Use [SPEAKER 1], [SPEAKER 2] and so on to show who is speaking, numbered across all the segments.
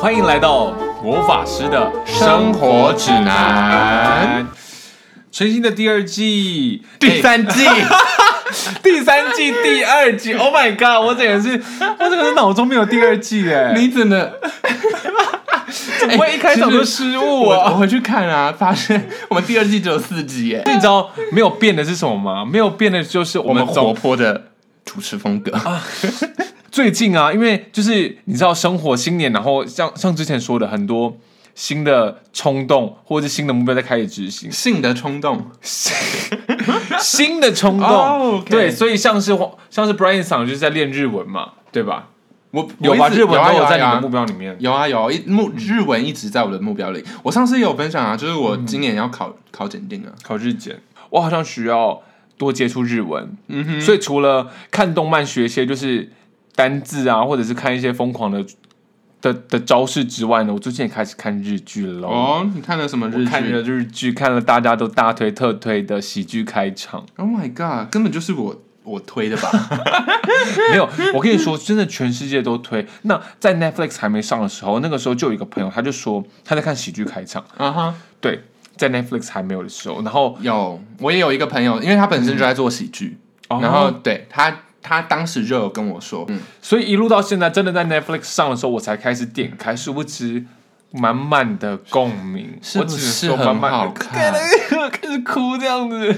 [SPEAKER 1] 欢迎来到魔法师的生活指南，全新的第二季，
[SPEAKER 2] 第三季，
[SPEAKER 1] 哎第三季第二 季，Oh my god！我整个是，我整个是脑中没有第二季哎，
[SPEAKER 2] 你怎么？
[SPEAKER 1] 怎么会一开场就失误
[SPEAKER 2] 我我
[SPEAKER 1] 啊？
[SPEAKER 2] 回去看啊，发现我们第二季只有四集耶。
[SPEAKER 1] 你知道没有变的是什么吗？没有变的就是我
[SPEAKER 2] 我们啊
[SPEAKER 1] 们
[SPEAKER 2] 活
[SPEAKER 1] 走
[SPEAKER 2] 泼的主持风格，
[SPEAKER 1] 最近啊，因为就是你知道生活新年，然后像像之前说的很多。新的冲动或者是新的目标在开始执行，
[SPEAKER 2] 性的冲动，
[SPEAKER 1] 新的冲动。
[SPEAKER 2] 哦，OK
[SPEAKER 1] 对，所以像是像是 Brian 桑就是在练日文嘛，对吧？
[SPEAKER 2] 我
[SPEAKER 1] 有
[SPEAKER 2] 我
[SPEAKER 1] 吧？
[SPEAKER 2] 一直
[SPEAKER 1] 日文
[SPEAKER 2] 有啊
[SPEAKER 1] 都
[SPEAKER 2] 有啊
[SPEAKER 1] 在你
[SPEAKER 2] 有啊
[SPEAKER 1] 的目标里面。
[SPEAKER 2] 有啊有啊，一目日文一直在我的目标里。我上次也有分享啊，就是我今年要考、考检定啊。
[SPEAKER 1] 考日检，我好像需要多接触日文。
[SPEAKER 2] 嗯哼，
[SPEAKER 1] 所以除了看动漫学一些就是单字啊，或者是看一些疯狂的的的招式之外呢，我最近也开始看日剧了。
[SPEAKER 2] 哦，你看了什么日
[SPEAKER 1] 我看了
[SPEAKER 2] 剧
[SPEAKER 1] 日剧，看了大家都大推特推的喜剧开场，
[SPEAKER 2] ？Oh my god，根本就是我我推的吧？
[SPEAKER 1] 没有，我跟你说，真的全世界都推。那在 Netflix 还没上的时候，那个时候就有一个朋友，他就说他在看喜剧开场，
[SPEAKER 2] 啊哈、
[SPEAKER 1] 对，在 Netflix 还没有的时候，然后
[SPEAKER 2] 有，我也有一个朋友，因为他本身就在做喜剧，然后
[SPEAKER 1] 哦
[SPEAKER 2] 对他，他当时就有跟我说，嗯，
[SPEAKER 1] 所以一路到现在，真的在 Netflix 上的时候，我才开始点开，殊不知满满的共鸣，
[SPEAKER 2] 是
[SPEAKER 1] 我
[SPEAKER 2] 不
[SPEAKER 1] 只能
[SPEAKER 2] 是
[SPEAKER 1] 说满
[SPEAKER 2] 很
[SPEAKER 1] 满
[SPEAKER 2] 好
[SPEAKER 1] 的
[SPEAKER 2] 看？
[SPEAKER 1] 开始哭这样 子。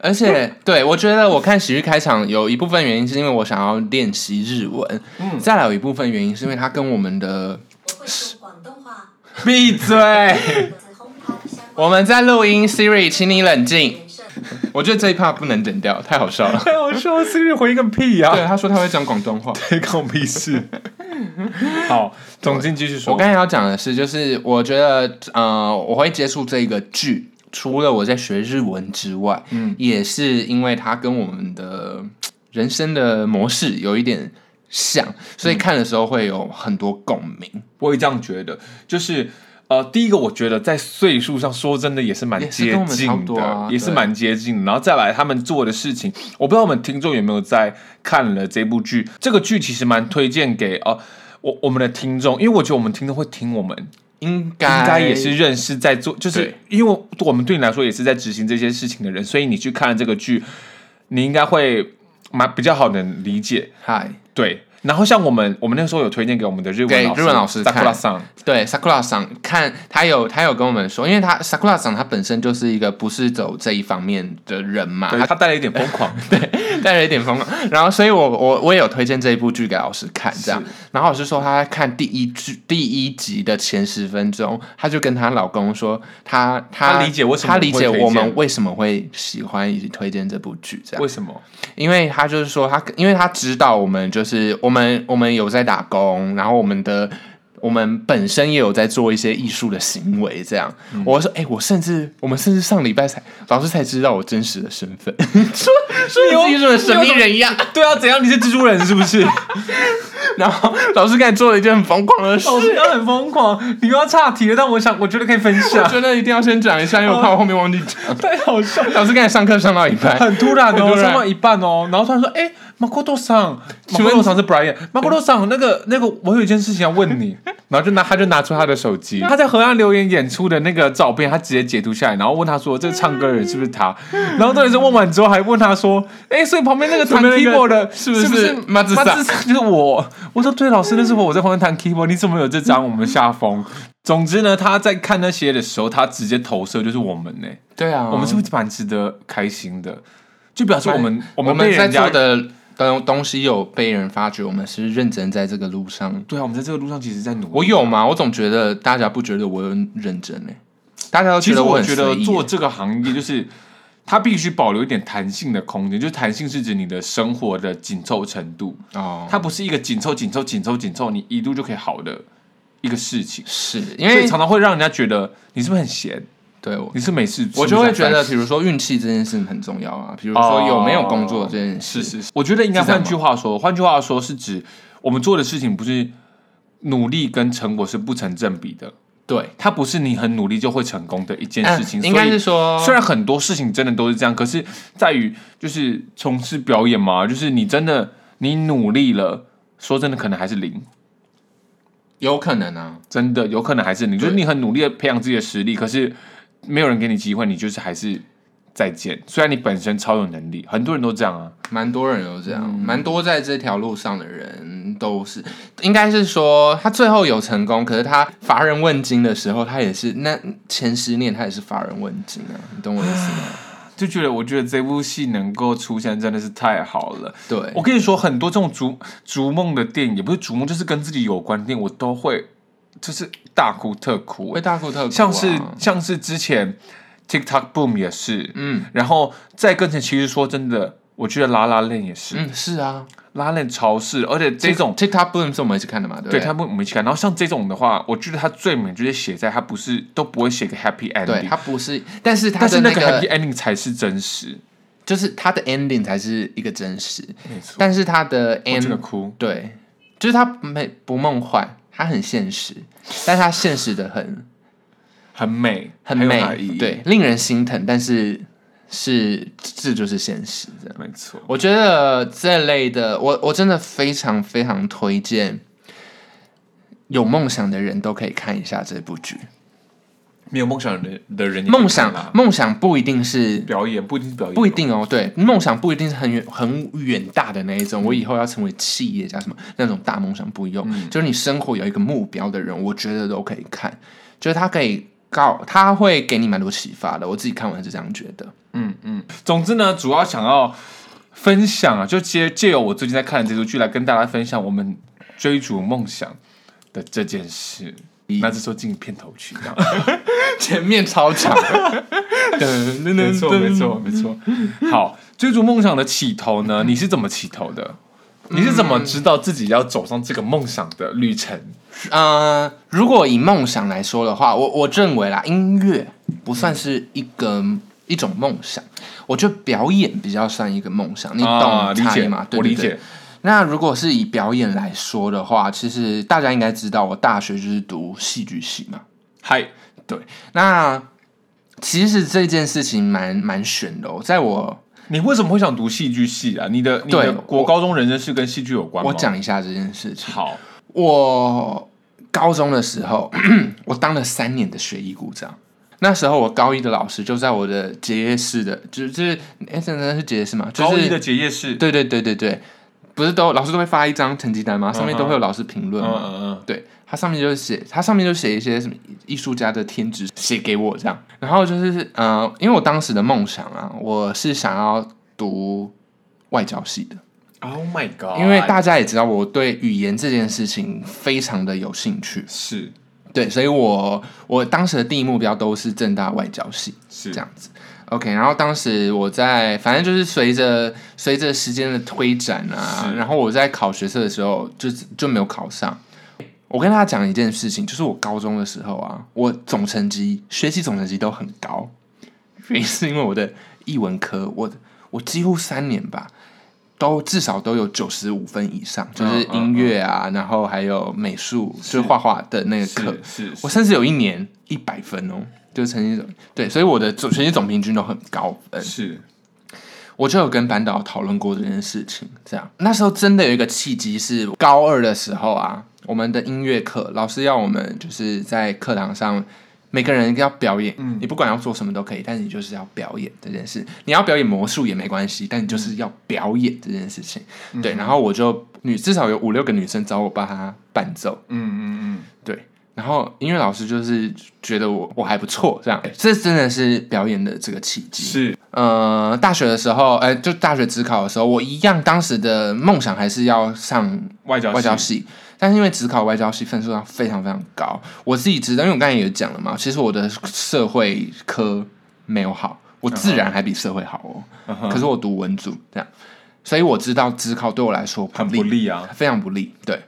[SPEAKER 2] 而且，对我觉得我看喜剧开场有一部分原因是因为我想要练习日文，嗯，再来有一部分原因是因为它跟我们的
[SPEAKER 3] 我会说广东话，
[SPEAKER 2] 闭嘴，
[SPEAKER 3] 紫红袍相关
[SPEAKER 2] 我们在录音，Siri，请你冷静。
[SPEAKER 3] 人设。
[SPEAKER 2] 我觉得这一 part 不能剪掉，太好 笑了。
[SPEAKER 1] 哎， 我说 Siri 回个屁
[SPEAKER 2] 对，
[SPEAKER 1] 呀、
[SPEAKER 2] 他说他会讲广东话。
[SPEAKER 1] 这 关我屁事。好，总经继续说。
[SPEAKER 2] 我刚才要讲的是，就是我觉得，呃，我会接触这个剧，除了我在学日文之外，嗯，也是因为它跟我们的嘖人生的模式有一点像，所以
[SPEAKER 1] 嗯
[SPEAKER 2] 看的时候会有很多共鸣，
[SPEAKER 1] 我也这样觉得，就是呃，第一个我觉得在岁数上，说真的也是蛮
[SPEAKER 2] 也是
[SPEAKER 1] 接
[SPEAKER 2] 跟我们差
[SPEAKER 1] 近
[SPEAKER 2] 不多
[SPEAKER 1] 的，
[SPEAKER 2] 啊
[SPEAKER 1] 也是蛮接近的。然后再来他们做的事情，我不知道我们听众有没有在看了这部剧，这个剧其实蛮推荐给呃。我我们的听众，因为我觉得我们听众会听我们，
[SPEAKER 2] 应该
[SPEAKER 1] 应该也是认识在做，就是
[SPEAKER 2] 对
[SPEAKER 1] 因为我们对你来说也是在执行这些事情的人，所以你去看这个剧，你应该会蛮比较好能理解。
[SPEAKER 2] 嗨，
[SPEAKER 1] 对，然后像我们，我们那时候有推荐给我们的日文
[SPEAKER 2] 给
[SPEAKER 1] 老师，
[SPEAKER 2] 日文老师看
[SPEAKER 1] Sakura san
[SPEAKER 2] 对 Sakura 桑看他有他有跟我们说，因为他 Sakura 桑他本身就是一个不是走这一方面的人嘛，
[SPEAKER 1] 对
[SPEAKER 2] 他
[SPEAKER 1] 啊他带了一点疯 狂，
[SPEAKER 2] 带了一点疯狂。然后，所以我我我也有推荐这一部剧给老师看，这样
[SPEAKER 1] 是。
[SPEAKER 2] 然后老师说，她在看第一剧第一集的前十分钟，她就跟她老公说，她她
[SPEAKER 1] 她理解为什么
[SPEAKER 2] 她理解
[SPEAKER 1] 我们会推荐
[SPEAKER 2] 我们为什么会喜欢以及推荐这部剧，这样。
[SPEAKER 1] 为什么？
[SPEAKER 2] 因为她就是说，她因为她知道我们就是我们我们有在打工，然后我们的。我们本身也有在做一些艺术的行为，这样。
[SPEAKER 1] 嗯
[SPEAKER 2] 我说，哎、我甚至我们甚至上礼拜才老师才知道我真实的身 份，说说
[SPEAKER 1] 你有
[SPEAKER 2] 你自己是神秘人一样。
[SPEAKER 1] 对啊，怎样？你是蜘蛛人是不 是？
[SPEAKER 2] 然后老师刚才做了一件很疯狂的事，
[SPEAKER 1] 老师哦他很疯狂，你又要岔题了，但我想，我觉得可以分
[SPEAKER 2] 我
[SPEAKER 1] 享，
[SPEAKER 2] 觉得一定要先讲一下，因为我怕我后面忘记讲。
[SPEAKER 1] 太好笑了。
[SPEAKER 2] 老师刚才上课上到一半，
[SPEAKER 1] 很突然
[SPEAKER 2] 很突
[SPEAKER 1] 哦，
[SPEAKER 2] 然
[SPEAKER 1] 上到一半哦，然后突然说：“哎、马库多 桑，马
[SPEAKER 2] 请
[SPEAKER 1] 库
[SPEAKER 2] 问
[SPEAKER 1] 多桑是 Brian，马库多桑，那个那个，我有一件事情要问你。” 然后就拿他就拿出他的手 机，他在河岸留言演出的那个照片，他直接截图下来，然后问他说：“这个唱歌的人是不是 他？”然后对是问完之后还问他说：“哎、 所以旁边那个弹
[SPEAKER 2] 旁边那个
[SPEAKER 1] keyboard 的
[SPEAKER 2] 是
[SPEAKER 1] 不
[SPEAKER 2] 不是马自
[SPEAKER 1] 马
[SPEAKER 2] 萨
[SPEAKER 1] 自萨就是我？”我说：“对，老师，那是我，我在旁边弹 keyboard，你怎么有这张？我们吓疯。”总之呢，他在看那些的时候，他直接投射就是我们呢、
[SPEAKER 2] 对啊，
[SPEAKER 1] 我们是不是蛮值得开心的？就表示我们我
[SPEAKER 2] 我们
[SPEAKER 1] 们被
[SPEAKER 2] 在
[SPEAKER 1] 人
[SPEAKER 2] 做
[SPEAKER 1] 家
[SPEAKER 2] 的东东西有被人发觉，我们是认真在这个路上。
[SPEAKER 1] 对啊，我们在这个路上其实在努力。
[SPEAKER 2] 我有吗？我总觉得大家不觉得我有认真呢、大家都
[SPEAKER 1] 其实
[SPEAKER 2] 觉得
[SPEAKER 1] 我
[SPEAKER 2] 很
[SPEAKER 1] 觉
[SPEAKER 2] 随
[SPEAKER 1] 得
[SPEAKER 2] 意、啊
[SPEAKER 1] 做这个行业就是。它必须保留一点弹性的空间，就是弹性是指你的生活的紧凑程度，
[SPEAKER 2] 哦，
[SPEAKER 1] 它不是一个紧凑、紧凑、紧凑、紧凑，你一度就可以好的一个事情，
[SPEAKER 2] 是
[SPEAKER 1] 所
[SPEAKER 2] 因
[SPEAKER 1] 以
[SPEAKER 2] 为
[SPEAKER 1] 常常嗯会让人家觉得你是不是很闲，
[SPEAKER 2] 对我
[SPEAKER 1] 你是没事，
[SPEAKER 2] 我就会
[SPEAKER 1] 是不
[SPEAKER 2] 觉
[SPEAKER 1] 是
[SPEAKER 2] 得，
[SPEAKER 1] 想
[SPEAKER 2] 比如说运气这件事情很重要啊，比如说有没有工作这件事，
[SPEAKER 1] 是是是，我觉得应该
[SPEAKER 2] 是这样
[SPEAKER 1] 换句话说，换句话说是指我们做的事情不是努力跟成果是不成正比的，
[SPEAKER 2] 对。
[SPEAKER 1] 它不是你很努力就会成功的一件事情。
[SPEAKER 2] 嗯应该是
[SPEAKER 1] 所
[SPEAKER 2] 说
[SPEAKER 1] 以，虽然很多事情真的都是这样，可是在于就是从事表演嘛，就是你真的你努力了，说真的可能还是零。
[SPEAKER 2] 有可能啊，
[SPEAKER 1] 真的有可能还是你，就是
[SPEAKER 2] 对
[SPEAKER 1] 你很努力的培养自己的实力，可是没有人给你机会，你就是还是再见。虽然你本身超有能力，很多人都这样啊。
[SPEAKER 2] 蛮多人有这样，
[SPEAKER 1] 嗯
[SPEAKER 2] 蛮多在这条路上的人都是，应该是说他最后有成功，可是他乏人问津的时候，他也是那前十年他也是乏人问津啊，你懂我意
[SPEAKER 1] 哦
[SPEAKER 2] 思吗？
[SPEAKER 1] 就觉得，我觉得这部戏能够出现真的是太好了。
[SPEAKER 2] 对
[SPEAKER 1] 我，跟你说，很多这种逐逐梦的电影，也不是逐梦，就是跟自己有关的电影，我都会就是大哭特哭、
[SPEAKER 2] 会大哭特哭、啊，
[SPEAKER 1] 像是像是之前 TikTok Boom 也是，
[SPEAKER 2] 嗯
[SPEAKER 1] 然后再跟前，其实说真的，我觉得拉拉链也是，
[SPEAKER 2] 嗯是啊，
[SPEAKER 1] 拉链超市，而且这种
[SPEAKER 2] TikTok Boom 是我们一起看的嘛，对不
[SPEAKER 1] 对
[SPEAKER 2] 对？
[SPEAKER 1] 他们我们一起看。然后像这种的话，我觉得它最美就是写在它不是都不会写个 happy
[SPEAKER 2] 对
[SPEAKER 1] ending，
[SPEAKER 2] 他不是，但是他
[SPEAKER 1] 但是
[SPEAKER 2] 的
[SPEAKER 1] 那个
[SPEAKER 2] 个
[SPEAKER 1] happy ending 才是真实，
[SPEAKER 2] 就是他的 ending 才是一个真实，
[SPEAKER 1] 没错。
[SPEAKER 2] 但是他的
[SPEAKER 1] 我真的
[SPEAKER 2] end
[SPEAKER 1] 哭，
[SPEAKER 2] 对，就是他没不梦幻，他很现实，但是他现实的很。
[SPEAKER 1] 很美，
[SPEAKER 2] 很
[SPEAKER 1] 很有
[SPEAKER 2] 美
[SPEAKER 1] 它的意义，
[SPEAKER 2] 对，，令人心疼，但是是这就是现实这样。
[SPEAKER 1] 没错。
[SPEAKER 2] 我觉得这类的，我我真的非常非常推荐有梦想的人都可以看一下这部剧。
[SPEAKER 1] 没有梦想的的人也可以
[SPEAKER 2] 梦
[SPEAKER 1] 看
[SPEAKER 2] 想
[SPEAKER 1] 啊，，
[SPEAKER 2] 梦想不一定是
[SPEAKER 1] 表演不一定是表演，
[SPEAKER 2] 不一。定哦，对，梦想不一定是很远很远大的那一种，我以后要成为企业家什么那种大梦想不用，
[SPEAKER 1] 嗯
[SPEAKER 2] 就是你生活有一个目标的人，我觉得都可以看，就是他可以告，他会给你蛮多启发的。我自己看完是这样觉得。
[SPEAKER 1] 总之呢，主要想要分享啊，就借借由我最近在看的这部剧来跟大家分享我们追逐梦想的这件事。那这时候进片头曲， 这样
[SPEAKER 2] 前面超长，
[SPEAKER 1] 没错，没错，没错。好，追逐梦想的起头呢，你是怎么起头的？你是怎么知道自己要走上这个梦想的旅程？
[SPEAKER 2] 呃，如果以梦想来说的话，我我认为啦，音乐不算是一个、一种梦想，我觉得表演比较算一个梦想，你
[SPEAKER 1] 啊
[SPEAKER 2] 懂
[SPEAKER 1] 理
[SPEAKER 2] 差异
[SPEAKER 1] 解
[SPEAKER 2] 吗？对
[SPEAKER 1] 我理。
[SPEAKER 2] 对对
[SPEAKER 1] 解。
[SPEAKER 2] 那如果是以表演来说的话，其实大家应该知道，我大学就是读戏剧系嘛。
[SPEAKER 1] 嗨，
[SPEAKER 2] 那其实这件事情蛮蛮悬的、哦，在我
[SPEAKER 1] 你为什么会想读戏剧系啊？你的你
[SPEAKER 2] 对
[SPEAKER 1] 的国
[SPEAKER 2] 我
[SPEAKER 1] 高中人生是跟戏剧有关吗？
[SPEAKER 2] 我讲一下这件事情。
[SPEAKER 1] 好，
[SPEAKER 2] 我高中的时候， 我当了三年的学艺股长。那时候我高一的老师就在我的结业式的，就就是哎，真的是结业式吗？就是
[SPEAKER 1] 高一的结业式，
[SPEAKER 2] 对对对对对，不是都老师都会发一张成绩单吗？上面
[SPEAKER 1] 嗯哼
[SPEAKER 2] 都会有老师评论
[SPEAKER 1] 嗯
[SPEAKER 2] 吗？
[SPEAKER 1] 嗯嗯，
[SPEAKER 2] 对，它上面就写，它上面就写一些什么艺术家的天职，写给我这样。然后就是，呃，因为我当时的梦想啊，我是想要读外交系的。
[SPEAKER 1] Oh my god！
[SPEAKER 2] 因为大家也知道，我对语言这件事情非常的有兴趣，
[SPEAKER 1] 是
[SPEAKER 2] 对，所以我我当时的第一目标都是正大外交系
[SPEAKER 1] 是
[SPEAKER 2] 这样子。OK，然后当时我在，反正就是随着随着时间的推展啊
[SPEAKER 1] 是，
[SPEAKER 2] 然后我在考学测的时候就就没有考上。我跟大家讲一件事情，就是我高中的时候啊，我总成绩学习总成绩都很高，原因是因为我的译文科，我我几乎三年吧，都至少都有九十五分以上，就是
[SPEAKER 1] 嗯嗯
[SPEAKER 2] 音乐啊，然后还有美术，就是画画的那个课，
[SPEAKER 1] 是是，
[SPEAKER 2] 我甚至有一年一百分哦，就是成绩总对，所以我的总成绩总平均都很高分。
[SPEAKER 1] 是
[SPEAKER 2] 我就有跟班导讨论过这件事情，这样那时候真的有一个契机是高二的时候啊，我们的音乐课老师要我们就是在课堂上。每个人要表演，你不管要做什么都可以，但是你就是要表演这件事。你要表演魔术也没关系，但你就是要表演这件事情。对，然后我就女至少有五六个女生找我帮她伴奏，
[SPEAKER 1] 嗯嗯
[SPEAKER 2] 对，然后音乐老师就是觉得我我还不错，这样，这真的是表演的这个契
[SPEAKER 1] 嗯，
[SPEAKER 2] 机。
[SPEAKER 1] 是
[SPEAKER 2] 呃，大学的时候，哎、就大学只考的时候，我一样，当时的梦想还是要上
[SPEAKER 1] 外交
[SPEAKER 2] 外交
[SPEAKER 1] 系
[SPEAKER 2] 系，但是因为只考外交系分数要非常非常高，我自己知道，因为我刚才也讲了嘛，其实我的社会科没有好，我自然还比社会好哦，可是我读文组这样，所以我知道只考对我来说
[SPEAKER 1] 很不利啊，
[SPEAKER 2] 非常不利。对，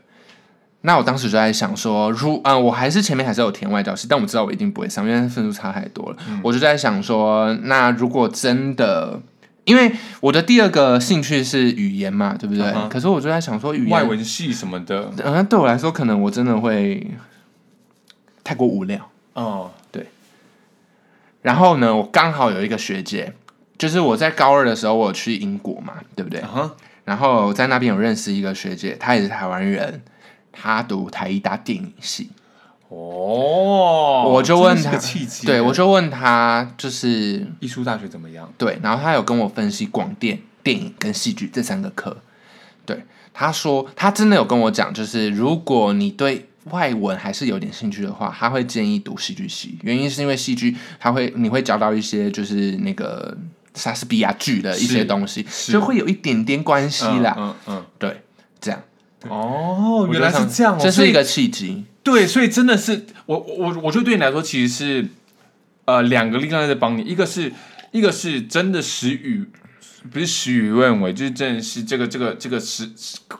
[SPEAKER 2] 那我当时就在想说，如嗯、我还是前面还是有填外教系，但我知道我一定不会上，因为分数差太多了。
[SPEAKER 1] 嗯
[SPEAKER 2] 我就在想说，那如果真的，因为我的第二个兴趣是语言嘛，对不对
[SPEAKER 1] 嗯哼
[SPEAKER 2] 可是我就在想说，语言
[SPEAKER 1] 外文系什么的，
[SPEAKER 2] 嗯、对我来说，可能我真的会太过无聊。
[SPEAKER 1] 哦，
[SPEAKER 2] 然后呢，我刚好有一个学姐，就是我在高二的时候，我有去英国嘛，对不对？
[SPEAKER 1] 啊哈，
[SPEAKER 2] 然后在那边有认识一个学姐，她也是台湾人，他读台艺大电影系，
[SPEAKER 1] 哦，
[SPEAKER 2] 我就问
[SPEAKER 1] 真的是
[SPEAKER 2] 他
[SPEAKER 1] 个契机，
[SPEAKER 2] 对我就问他就是
[SPEAKER 1] 艺术大学怎么样？
[SPEAKER 2] 对，然后他有跟我分析广电、电影跟戏剧这三个科。对，他说他真的有跟我讲，就是如果你对外文还是有点兴趣的话，他会建议读戏剧系，原因是因为戏剧他会你会教到一些就是那个莎士比亚剧的一些
[SPEAKER 1] 是
[SPEAKER 2] 东西，
[SPEAKER 1] 是
[SPEAKER 2] 就会有一点点关系啦。
[SPEAKER 1] 嗯嗯
[SPEAKER 2] 对，这样
[SPEAKER 1] 嗯，哦，
[SPEAKER 2] 我
[SPEAKER 1] 原
[SPEAKER 2] 觉
[SPEAKER 1] 来
[SPEAKER 2] 得
[SPEAKER 1] 是
[SPEAKER 2] 他
[SPEAKER 1] 这样哦，
[SPEAKER 2] 这
[SPEAKER 1] 所
[SPEAKER 2] 是
[SPEAKER 1] 以
[SPEAKER 2] 一个契机。
[SPEAKER 1] 对，所以真的是我我我觉得对你来说其实是呃两个力量在帮你，一个是一个是真的时与不是时与愿违，就是真的是这个这个这个时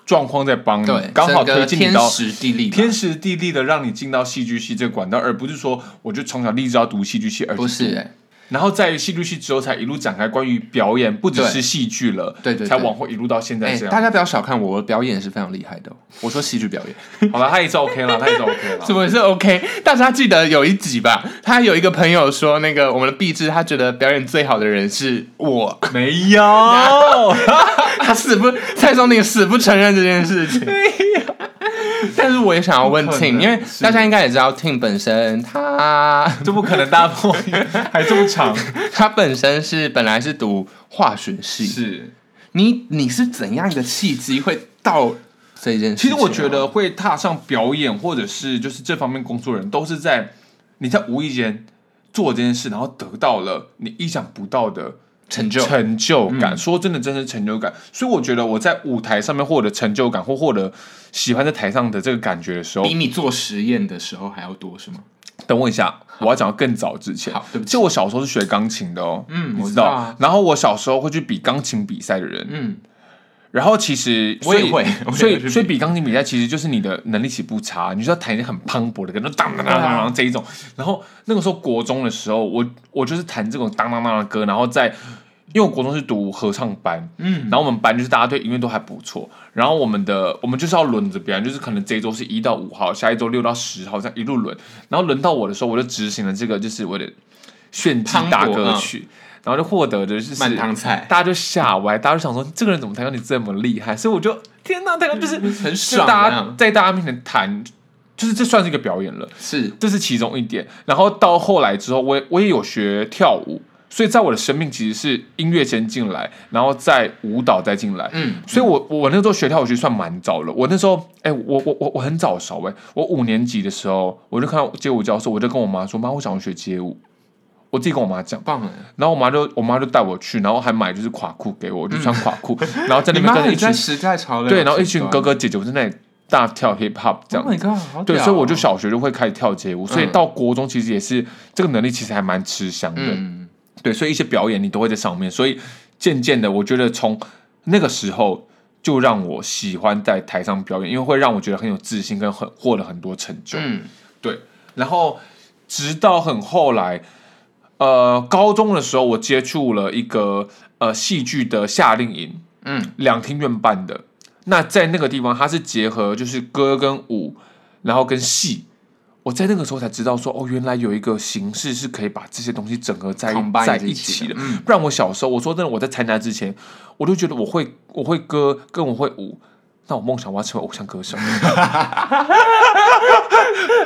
[SPEAKER 1] 状况在帮你
[SPEAKER 2] 对，，
[SPEAKER 1] 刚好
[SPEAKER 2] 整个
[SPEAKER 1] 推进你
[SPEAKER 2] 天
[SPEAKER 1] 到。
[SPEAKER 2] 时地利吧。
[SPEAKER 1] 天时地利的让你进到戏剧系这个管道，而不是说我就从小立志要读戏剧系，而
[SPEAKER 2] 不是、
[SPEAKER 1] 读
[SPEAKER 2] 欸，
[SPEAKER 1] 然后在戏剧系之后才一路展开关于表演，不只
[SPEAKER 2] 对
[SPEAKER 1] 是戏剧了，
[SPEAKER 2] 对对对
[SPEAKER 1] 才往后一路到现在
[SPEAKER 2] 哎、
[SPEAKER 1] 这样。
[SPEAKER 2] 大家不要小看我，我表演是非常厉害的哦、我说戏剧表演，
[SPEAKER 1] 好了，他也是 OK 了，他也是 OK 了
[SPEAKER 2] 怎。么也是 OK？大家记得有一集吧，他有一个朋友说，那个我们的壁纸，他觉得表演最好的人是我，
[SPEAKER 1] 没有，
[SPEAKER 2] 他死不蔡松鼎死不承认这件事情。但是我也想要问
[SPEAKER 1] 不可能
[SPEAKER 2] Tim，因为
[SPEAKER 1] 是
[SPEAKER 2] 大家应该也知道 Tim 本身他
[SPEAKER 1] 这不可能，大破 还这么长，
[SPEAKER 2] 他本身是本来是读化学系，
[SPEAKER 1] 是。
[SPEAKER 2] 你你是怎样一个契机会到这件事情啊？
[SPEAKER 1] 其实我觉得会踏上表演或者是就是这方面工作的人，都是在你在无意间做这件事，然后得到了你意想不到的
[SPEAKER 2] 成就
[SPEAKER 1] 成就感。嗯说真的，真是成就感。所以我觉得我在舞台上面获得成就感，或获得喜欢在台上的这个感觉的时候
[SPEAKER 2] 比，你做实验的时候还要多是吗？
[SPEAKER 1] 等我一下，我要讲到更早之前
[SPEAKER 2] 好。对不起
[SPEAKER 1] 就我小时候是学钢琴的哦，
[SPEAKER 2] 嗯
[SPEAKER 1] 你
[SPEAKER 2] 我
[SPEAKER 1] 知
[SPEAKER 2] 知道
[SPEAKER 1] 道。
[SPEAKER 2] 啊
[SPEAKER 1] 然后我小时候会去比钢琴比赛的人，
[SPEAKER 2] 嗯，
[SPEAKER 1] 然后其实
[SPEAKER 2] 我也
[SPEAKER 1] 所以
[SPEAKER 2] 会我也
[SPEAKER 1] 所
[SPEAKER 2] 会去
[SPEAKER 1] 以
[SPEAKER 2] 比
[SPEAKER 1] 所以比钢琴比赛其实就是你的能力其实不差，你就要弹一些很磅礴的，跟那当当当当
[SPEAKER 2] 啊
[SPEAKER 1] 当这一种。然后那个时候国中的时候，我我就是弹这种当当当的歌，然后在因为我国中是读合唱班，嗯，然后我们班就是大家对音乐都还不错，然后我们的我们就是要轮着表演，就是可能这一周是一到五号，下一周六到十号这样一路轮，然后轮到我的时候，我就执行了这个就是我的炫技大
[SPEAKER 2] 磅礴
[SPEAKER 1] 歌
[SPEAKER 2] 嗯
[SPEAKER 1] 曲。然后就获得的就是
[SPEAKER 2] 满堂彩
[SPEAKER 1] 大家就吓歪，大家就想说这个人怎么弹钢琴这么厉害？所以我就天哪，弹钢就是
[SPEAKER 2] 很
[SPEAKER 1] 就
[SPEAKER 2] 爽
[SPEAKER 1] 大
[SPEAKER 2] 啊
[SPEAKER 1] 家在大家面前弹，就是这算是一个表演了，
[SPEAKER 2] 是
[SPEAKER 1] 这是其中一点。然后到后来之后，我也我也有学跳舞，所以在我的生命其实是音乐先进来，然后再舞蹈再进来。
[SPEAKER 2] 嗯，
[SPEAKER 1] 所以我我那时候学跳舞其实算蛮早了。我那时候，哎、我我我我很早熟哎、我五年级的时候，我就看到街舞教室，我就跟我妈说，妈，我想要学街舞。我自己跟我妈讲，
[SPEAKER 2] 棒哎！
[SPEAKER 1] 然后我妈就我妈就带我去，然后还买就是垮裤给我，我就穿垮裤，然后在那
[SPEAKER 2] 嗯你
[SPEAKER 1] 边
[SPEAKER 2] 妈
[SPEAKER 1] 跟着
[SPEAKER 2] 也
[SPEAKER 1] 一
[SPEAKER 2] 在
[SPEAKER 1] 群
[SPEAKER 2] 时代潮流
[SPEAKER 1] 对，然后一群哥哥姐姐我在那里大跳 hip hop 这
[SPEAKER 2] 这
[SPEAKER 1] 样
[SPEAKER 2] 样。Oh my god！好屌哦
[SPEAKER 1] 对，所以我就小学就会开始跳街舞，所以
[SPEAKER 2] 嗯
[SPEAKER 1] 到国中其实也是这个能力其实还蛮吃香的。
[SPEAKER 2] 嗯，
[SPEAKER 1] 对，所以一些表演你都会在上面，所以渐渐的，我觉得从那个时候就让我喜欢在台上表演，因为会让我觉得很有自信，跟很获得很多成就。
[SPEAKER 2] 嗯
[SPEAKER 1] 对，然后直到很后来，呃，高中的时候，我接触了一个呃戏剧的夏令营，
[SPEAKER 2] 嗯，
[SPEAKER 1] 两厅院办的。那在那个地方，它是结合就是歌跟舞，然后跟戏。我在那个时候才知道说，哦，原来有一个形式是可以把这些东西整合在
[SPEAKER 2] Combine
[SPEAKER 1] 在
[SPEAKER 2] 在
[SPEAKER 1] 一
[SPEAKER 2] 一
[SPEAKER 1] 起
[SPEAKER 2] 起
[SPEAKER 1] 的
[SPEAKER 2] 的。嗯
[SPEAKER 1] 不然我小时候，我说真的，我在参加之前，我就觉得我会我会歌，跟我会舞。那我梦想我要成为偶像歌手。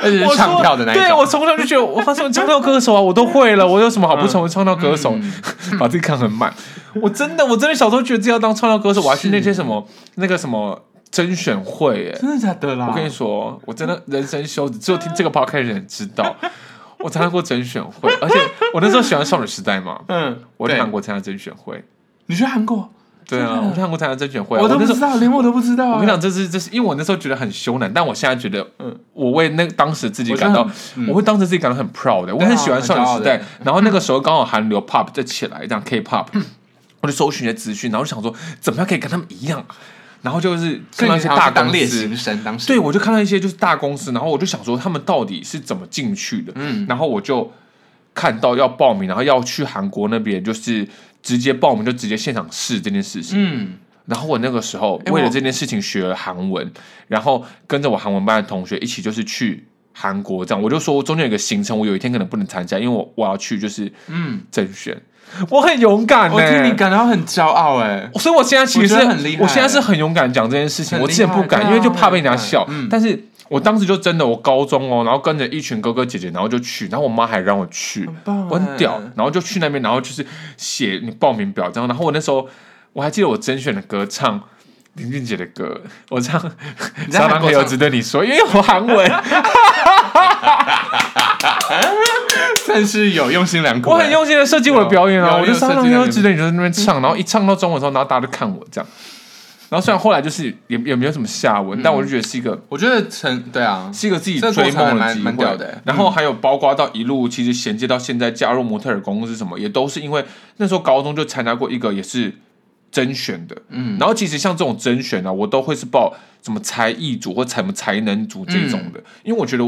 [SPEAKER 2] 而且
[SPEAKER 1] 我
[SPEAKER 2] 是唱跳的那一
[SPEAKER 1] 对
[SPEAKER 2] 种。
[SPEAKER 1] 我从小就 觉得我发现唱跳歌手啊，我都会了，我有什么好不成
[SPEAKER 2] 嗯
[SPEAKER 1] 为唱跳歌手？ 把自己看很满。我真的，我真的小时候觉得自己要当唱跳歌手，我还去那些什么
[SPEAKER 2] 嗯
[SPEAKER 1] 那个什么甄选会、哎，
[SPEAKER 2] 真的假的啦？
[SPEAKER 1] 我跟你说，我真的人生羞耻，只有听这个 podcast 的人知 道。我参加过甄选会，而且我那时候喜欢少女时代嘛，
[SPEAKER 2] 嗯，
[SPEAKER 1] 我去
[SPEAKER 2] 对
[SPEAKER 1] 韩，国参加甄选会。
[SPEAKER 2] 你去韩国，
[SPEAKER 1] 对啊，我去韩国参加甄选会啊、
[SPEAKER 2] 我都
[SPEAKER 1] 那
[SPEAKER 2] 不
[SPEAKER 1] 时候
[SPEAKER 2] 知道，连我都不知道啊。
[SPEAKER 1] 我跟你讲，这是这是因为我那时候觉得很羞赧，但我现在觉得，嗯，我为那当时自己感
[SPEAKER 2] 我
[SPEAKER 1] 到
[SPEAKER 2] 觉得，
[SPEAKER 1] 我会当时自己感到很 proud 的、嗯我很喜欢少女时
[SPEAKER 2] 很骄傲
[SPEAKER 1] 代
[SPEAKER 2] 的，
[SPEAKER 1] 然后那个时候刚好韩流 pop 在起来，这样 K-pop，、我就 搜寻一些资讯，然后就想说怎么样可以跟他们一样，然后就是看到一些
[SPEAKER 2] 所以你想
[SPEAKER 1] 大
[SPEAKER 2] 要当
[SPEAKER 1] 公
[SPEAKER 2] 练
[SPEAKER 1] 司，
[SPEAKER 2] 习生，当时
[SPEAKER 1] 对，我就看到一些就是大公司，然后我就想说他们到底是怎么进去的，
[SPEAKER 2] 嗯
[SPEAKER 1] 然后我就看到要报名，然后要去韩国那边，就是直接报名就直接现场试这件事情，
[SPEAKER 2] 嗯，
[SPEAKER 1] 然后我那个时候
[SPEAKER 2] 哎
[SPEAKER 1] 为了
[SPEAKER 2] 我
[SPEAKER 1] 这件事情学了韩文，然后跟着我韩文班的同学一起就是去韩国这样，我就说中间有一个行程，我有一天可能不能参加，因为我我要去就是
[SPEAKER 2] 嗯，
[SPEAKER 1] 甄选，我很勇敢、欸，
[SPEAKER 2] 我替你感到很骄傲哎。
[SPEAKER 1] 所以我现在其实
[SPEAKER 2] 我觉得很厉害
[SPEAKER 1] 我现在是很勇敢讲这件事情，
[SPEAKER 2] 很厉害
[SPEAKER 1] 我之前不敢，
[SPEAKER 2] 对啊
[SPEAKER 1] 因为就怕被人家笑
[SPEAKER 2] 很。勇敢嗯
[SPEAKER 1] 但是我当时就真的，我高中哦，然后跟着一群哥哥姐姐，然后就去，然后我妈还让我去，
[SPEAKER 2] 棒哎
[SPEAKER 1] 我很屌，然后就去那边，然后就是写你报名表这样，然后我那时候我还记得我甄选的歌唱。林俊杰的歌，我唱《
[SPEAKER 2] 在
[SPEAKER 1] 沙
[SPEAKER 2] 韩
[SPEAKER 1] 当
[SPEAKER 2] 国
[SPEAKER 1] 黑有
[SPEAKER 2] 唱
[SPEAKER 1] 值得你说》，因为我韩文，
[SPEAKER 2] 真是有用心良苦。 欸
[SPEAKER 1] 我很用心的设计我的表演啊，
[SPEAKER 2] 有
[SPEAKER 1] 我就
[SPEAKER 2] 有
[SPEAKER 1] 沙
[SPEAKER 2] 设
[SPEAKER 1] 朗
[SPEAKER 2] 计在
[SPEAKER 1] 优
[SPEAKER 2] 里
[SPEAKER 1] 值得你就在那边唱，然后一唱到中文的时候，然后大家就看我这样。然后虽然后来就是也也没有什么下文，但我就觉得是一个
[SPEAKER 2] 我觉得成对啊，
[SPEAKER 1] 是一个自己
[SPEAKER 2] 这个过
[SPEAKER 1] 追
[SPEAKER 2] 程还
[SPEAKER 1] 梦的
[SPEAKER 2] 蛮
[SPEAKER 1] 机
[SPEAKER 2] 蛮屌
[SPEAKER 1] 会
[SPEAKER 2] 的欸。
[SPEAKER 1] 然后还有包括到一路其实衔接到现在加入模特儿公司什么，也都是因为那时候高中就参加过一个也是甄选的，
[SPEAKER 2] 嗯，
[SPEAKER 1] 然后其实像这种甄选呢、啊，我都会是报什么才艺组或什么才能组这种
[SPEAKER 2] 嗯
[SPEAKER 1] 的，因为我觉得，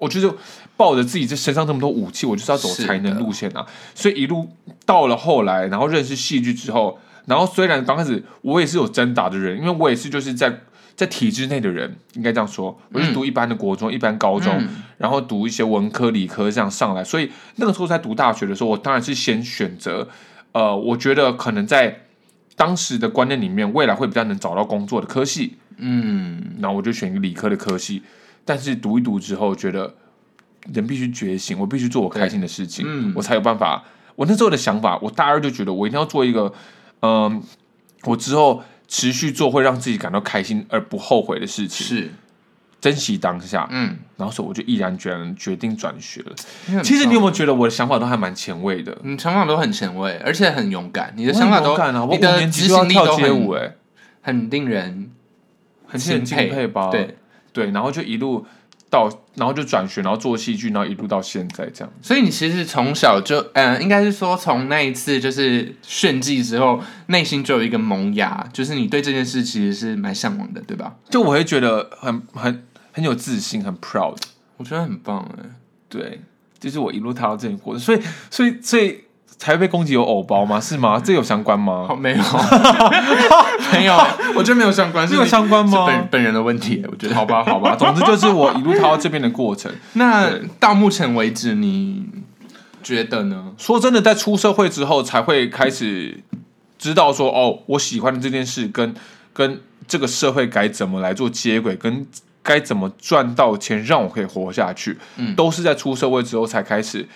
[SPEAKER 1] 我就是抱着自己这身上这么多武器，我就是要走
[SPEAKER 2] 是的
[SPEAKER 1] 才能路线啊。所以一路到了后来，然后认识戏剧之后，然后虽然刚开始我也是有挣扎的人，因为我也是就是在在体制内的人，应该这样说，我是读一般的国中、一般高中，
[SPEAKER 2] 嗯
[SPEAKER 1] 然后读一些文科、理科这样上来，所以那个时候在读大学的时候，我当然是先选择，呃，我觉得可能在当时的观念里面，未来会比较能找到工作的科系，
[SPEAKER 2] 嗯，
[SPEAKER 1] 然后我就选一个理科的科系，但是读一读之后，觉得人必须觉醒，我必须做我开心的事情，
[SPEAKER 2] 对嗯
[SPEAKER 1] 我才有办法。我那时候的想法，我大二就觉得我一定要做一个，嗯、我之后持续做会让自己感到开心而不后悔的事情，
[SPEAKER 2] 是，
[SPEAKER 1] 珍惜当下。
[SPEAKER 2] 嗯，
[SPEAKER 1] 然后所以我就毅然决然决定转学了。
[SPEAKER 2] 很
[SPEAKER 1] 其实你有
[SPEAKER 2] 棒
[SPEAKER 1] 没有觉得我的想法都还蛮前卫的？
[SPEAKER 2] 你想法都很前卫，而且很勇敢，你的想法都，
[SPEAKER 1] 我很勇敢啊！我
[SPEAKER 2] 你
[SPEAKER 1] 五
[SPEAKER 2] 的
[SPEAKER 1] 年
[SPEAKER 2] 执
[SPEAKER 1] 级就要
[SPEAKER 2] 行力都
[SPEAKER 1] 跳街
[SPEAKER 2] 很
[SPEAKER 1] 舞、欸，哎，
[SPEAKER 2] 很令人
[SPEAKER 1] 很令
[SPEAKER 2] 钦
[SPEAKER 1] 人敬佩吧？
[SPEAKER 2] 对，
[SPEAKER 1] 对，然后就一路到，然后就转学，然后做戏剧，然后一路到现在这样。
[SPEAKER 2] 所以你其实从小就，嗯、应该是说从那一次就是炫技之后，内心就有一个萌芽，就是你对这件事其实是蛮向往的，对吧？
[SPEAKER 1] 就我会觉得很很很有自信，很 proud。
[SPEAKER 2] 我觉得很棒哎，
[SPEAKER 1] 对，就是我一路踏到这里过的，所以所以所以才会被攻击有偶包吗？是吗？这有相关吗？
[SPEAKER 2] 哦好没有， 没有，我 觉得没有相关，
[SPEAKER 1] 这有
[SPEAKER 2] 你
[SPEAKER 1] 相关吗
[SPEAKER 2] 是本本人的问题，我觉得。
[SPEAKER 1] 啊好吧，好吧，总之就是我一路踏到这边的过程。
[SPEAKER 2] 那到目前为止，你觉得呢？
[SPEAKER 1] 说真的，在出社会之后才会开始知道说，哦，我喜欢的这件事跟跟这个社会该怎么来做接轨，跟该怎么赚到钱让我可以活下去，
[SPEAKER 2] 嗯
[SPEAKER 1] 都是在出社会之后才开始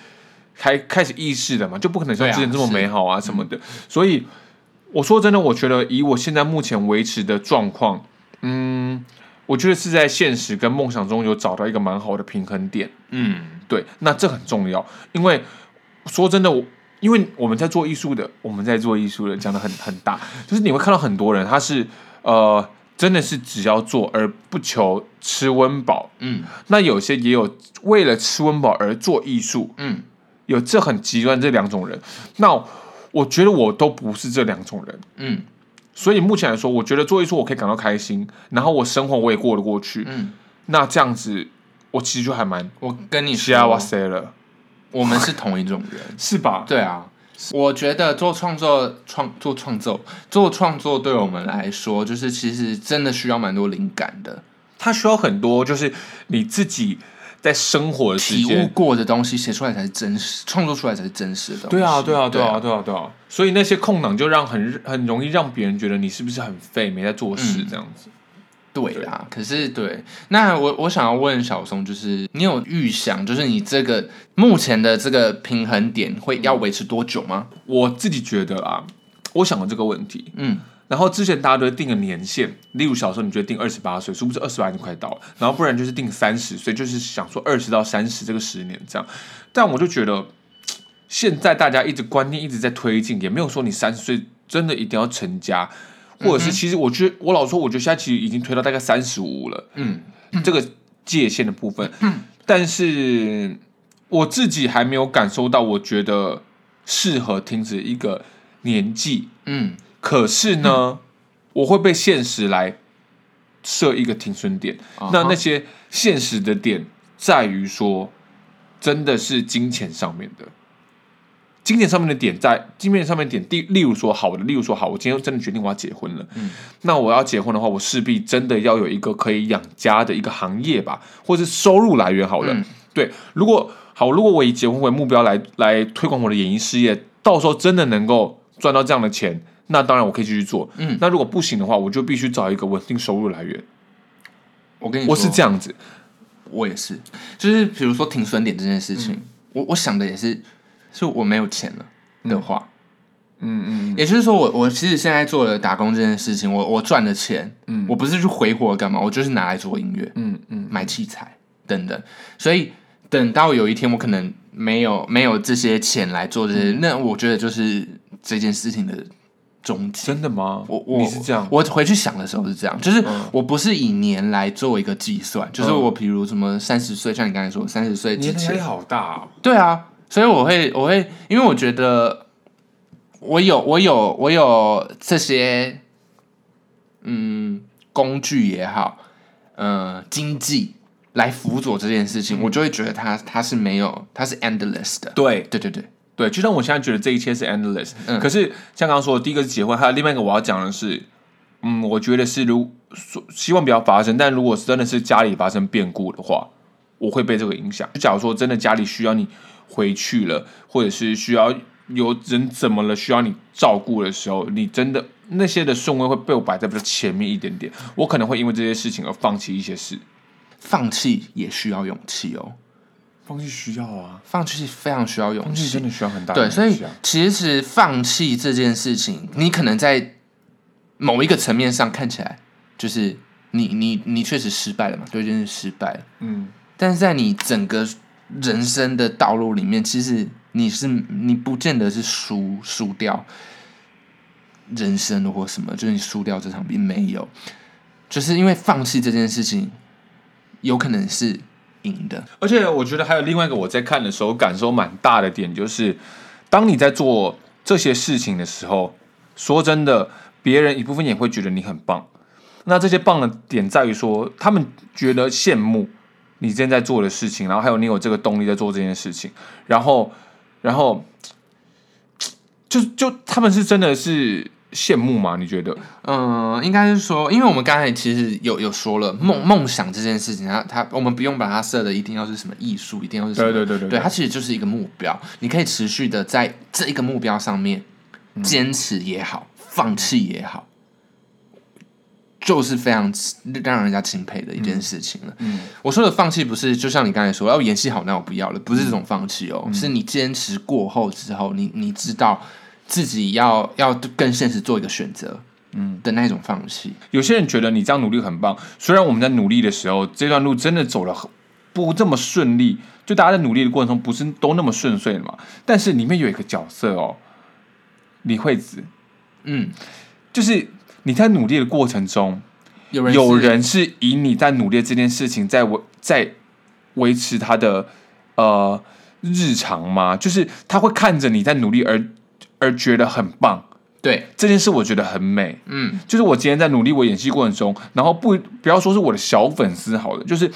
[SPEAKER 1] 开开始意识的嘛，就不可能像
[SPEAKER 2] 对啊
[SPEAKER 1] 之前这么
[SPEAKER 2] 是
[SPEAKER 1] 美好啊什么的。所以我说真的，我觉得以我现在目前维持的状况，嗯，我觉得是在现实跟梦想中有找到一个蛮好的平衡点。
[SPEAKER 2] 嗯，
[SPEAKER 1] 对，那这很重要，因为说真的，我因为我们在做艺术的，我们在做艺术的，讲的很很大，就是你会看到很多人，他是呃，真的是只要做而不求吃温饱，
[SPEAKER 2] 嗯
[SPEAKER 1] 那有些也有为了吃温饱而做艺术，
[SPEAKER 2] 嗯，
[SPEAKER 1] 有这很极端这两种人，那我觉得我都不是这两种人。
[SPEAKER 2] 嗯
[SPEAKER 1] 所以目前来说，我觉得做艺术我可以感到开心，然后我生活我也过得过去，
[SPEAKER 2] 嗯，
[SPEAKER 1] 那这样子我其实就还蛮
[SPEAKER 2] 我跟你
[SPEAKER 1] 幸
[SPEAKER 2] 说，
[SPEAKER 1] せ了，
[SPEAKER 2] 我们是同一种人。
[SPEAKER 1] 是吧？
[SPEAKER 2] 对啊，我觉得做创作、创做创作、做创作，对我们来说，就是其实真的需要蛮多灵感的，
[SPEAKER 1] 它需要很多，就是你自己在生活的时
[SPEAKER 2] 体悟
[SPEAKER 1] 间。
[SPEAKER 2] 过的东西写出来才是真实，创作出来才是真实的东西。
[SPEAKER 1] 对啊，对啊，对啊，，对啊，对啊，所以那些空档就让很很容易让别人觉得你是不是很废，没在做事
[SPEAKER 2] 嗯
[SPEAKER 1] 这样子。
[SPEAKER 2] 对啦。可是对，那我我想要问小松，就是你有预想，就是你这个目前的这个平衡点会要维持多久吗？
[SPEAKER 1] 我自己觉得啊，我想过这个问题，
[SPEAKER 2] 嗯，
[SPEAKER 1] 然后之前大家都会定个年限，例如小时候你觉得定二十八岁，殊不知二十八就快到了，然后不然就是定三十岁，就是想说二十到三十这个十年这样。但我就觉得现在大家一直观念一直在推进，也没有说你三十岁真的一定要成家，或者是其实我觉得我老说，我觉得现在其实已经推到大概三十五了，
[SPEAKER 2] 嗯，
[SPEAKER 1] 这个界限的部分，但是我自己还没有感受到，我觉得适合停止一个年纪。
[SPEAKER 2] 嗯
[SPEAKER 1] 可是呢，我会被现实来设一个停损点。
[SPEAKER 2] 啊哈
[SPEAKER 1] 那那些现实的点在于说，真的是金钱上面的。经典上面的点在经典上面的点，例例如说好的，例如说好，我今天真的决定我要结婚了，
[SPEAKER 2] 嗯
[SPEAKER 1] 那我要结婚的话，我势必真的要有一个可以养家的一个行业吧，或是收入来源好了。
[SPEAKER 2] 嗯
[SPEAKER 1] 对，如果好，如果我以结婚为目标来来推广我的演艺事业，到时候真的能够赚到这样的钱，那当然我可以继续做。
[SPEAKER 2] 嗯
[SPEAKER 1] 那如果不行的话，我就必须找一个稳定收入来源。
[SPEAKER 2] 我跟你说，
[SPEAKER 1] 我是这样子，
[SPEAKER 2] 我也是，就是比如说停损点这件事
[SPEAKER 1] 嗯
[SPEAKER 2] 情，我我想的也是，是我没有钱了的话，
[SPEAKER 1] 嗯嗯
[SPEAKER 2] 也就是说我，我其实现在做了打工这件事情，我我赚的钱，
[SPEAKER 1] 嗯
[SPEAKER 2] 我不是去挥霍干嘛，我就是拿来做音乐、
[SPEAKER 1] 嗯嗯
[SPEAKER 2] 买器材等等，所以等到有一天我可能没有没有这些钱来做这些，
[SPEAKER 1] 嗯
[SPEAKER 2] 那我觉得就是这件事情的终结。
[SPEAKER 1] 真的吗？
[SPEAKER 2] 我我
[SPEAKER 1] 你是这样，
[SPEAKER 2] 我回去想的时候是这样，就是
[SPEAKER 1] 嗯
[SPEAKER 2] 我不是以年来做一个计算，就是
[SPEAKER 1] 嗯
[SPEAKER 2] 我比如什么三十岁，像你刚才说三十岁
[SPEAKER 1] 你
[SPEAKER 2] 之
[SPEAKER 1] 的压力
[SPEAKER 2] 前，
[SPEAKER 1] 好大、哦。
[SPEAKER 2] 对啊，所以我会我会，因为我觉得我有我有我有这些，嗯，工具也好，呃，经济来辅佐这件事
[SPEAKER 1] 嗯
[SPEAKER 2] 情，我就会觉得它它是没有它是 endless 的，
[SPEAKER 1] 对
[SPEAKER 2] 对对对，
[SPEAKER 1] 对，就像我现在觉得这一切是 endless，、
[SPEAKER 2] 嗯
[SPEAKER 1] 可是像刚刚说的，第一个是结婚，还有另外一个我要讲的是，嗯，我觉得是如所希望不要发生，但如果真的是家里发生变故的话，我会被这个影响。就假如说真的家里需要你回去了，或者是需要有人怎么了需要你照顾的时候，你真的那些的顺位会被我摆在比较前面一点点，我可能会因为这些事情而放弃一些事，
[SPEAKER 2] 放弃也需要勇气哦，
[SPEAKER 1] 放弃需要啊，
[SPEAKER 2] 放弃非常需要勇
[SPEAKER 1] 放
[SPEAKER 2] 气
[SPEAKER 1] 弃，真的需要很大的
[SPEAKER 2] 对，所
[SPEAKER 1] 勇
[SPEAKER 2] 以
[SPEAKER 1] 气啊
[SPEAKER 2] 其实放弃这件事情，你可能在某一个层面上看起来，就是你你你确实失败了嘛，对，就是失败了。
[SPEAKER 1] 嗯。
[SPEAKER 2] 但是在你整个人生的道路里面，其实你是你不见得是输输掉人生的或什么，就是你输掉这场并没有，就是因为放弃这件事情，有可能是赢的。
[SPEAKER 1] 而且我觉得还有另外一个我在看的时候感受蛮大的点，就是当你在做这些事情的时候，说真的，别人一部分也会觉得你很棒。那这些棒的点在于说，他们觉得羡慕你现在做的事情，然后还有你有这个动力在做这件事情，然后，然后，就就他们是真的是羡慕吗？你觉得？
[SPEAKER 2] 嗯，应该是说，因为我们刚才其实有有说了梦梦想这件事情，它它我们不用把它设的一定要是什么艺术，一定要是什么，
[SPEAKER 1] 对对对对对
[SPEAKER 2] 它其实就是一个目标，你可以持续的在这一个目标上面坚持也好，放弃也好，就是非常让人家钦佩的一件事情了。
[SPEAKER 1] 嗯
[SPEAKER 2] 我说的放弃不是就像你刚才说，哦，演戏好，那我不要了，不是这种放弃
[SPEAKER 1] 嗯
[SPEAKER 2] 哦，是你坚持过后之后，你你知道自己要要跟现实做一个选择，嗯的那种放弃。
[SPEAKER 1] 有些人觉得你这样努力很棒，虽然我们在努力的时候，这段路真的走了很不这么顺利，就大家在努力的过程中不是都那么顺遂的嘛。但是里面有一个角色哦，李惠子，
[SPEAKER 2] 嗯，
[SPEAKER 1] 就是你在努力的过程中，
[SPEAKER 2] 有人
[SPEAKER 1] 有
[SPEAKER 2] 是
[SPEAKER 1] 人是以你在努力这件事情在维在维持他的呃日常吗？就是他会看着你在努力而而觉得很棒，
[SPEAKER 2] 对，
[SPEAKER 1] 这件事我觉得很美。
[SPEAKER 2] 嗯
[SPEAKER 1] 就是我今天在努力我演戏过程中，然后不不要说是我的小粉丝好了，就是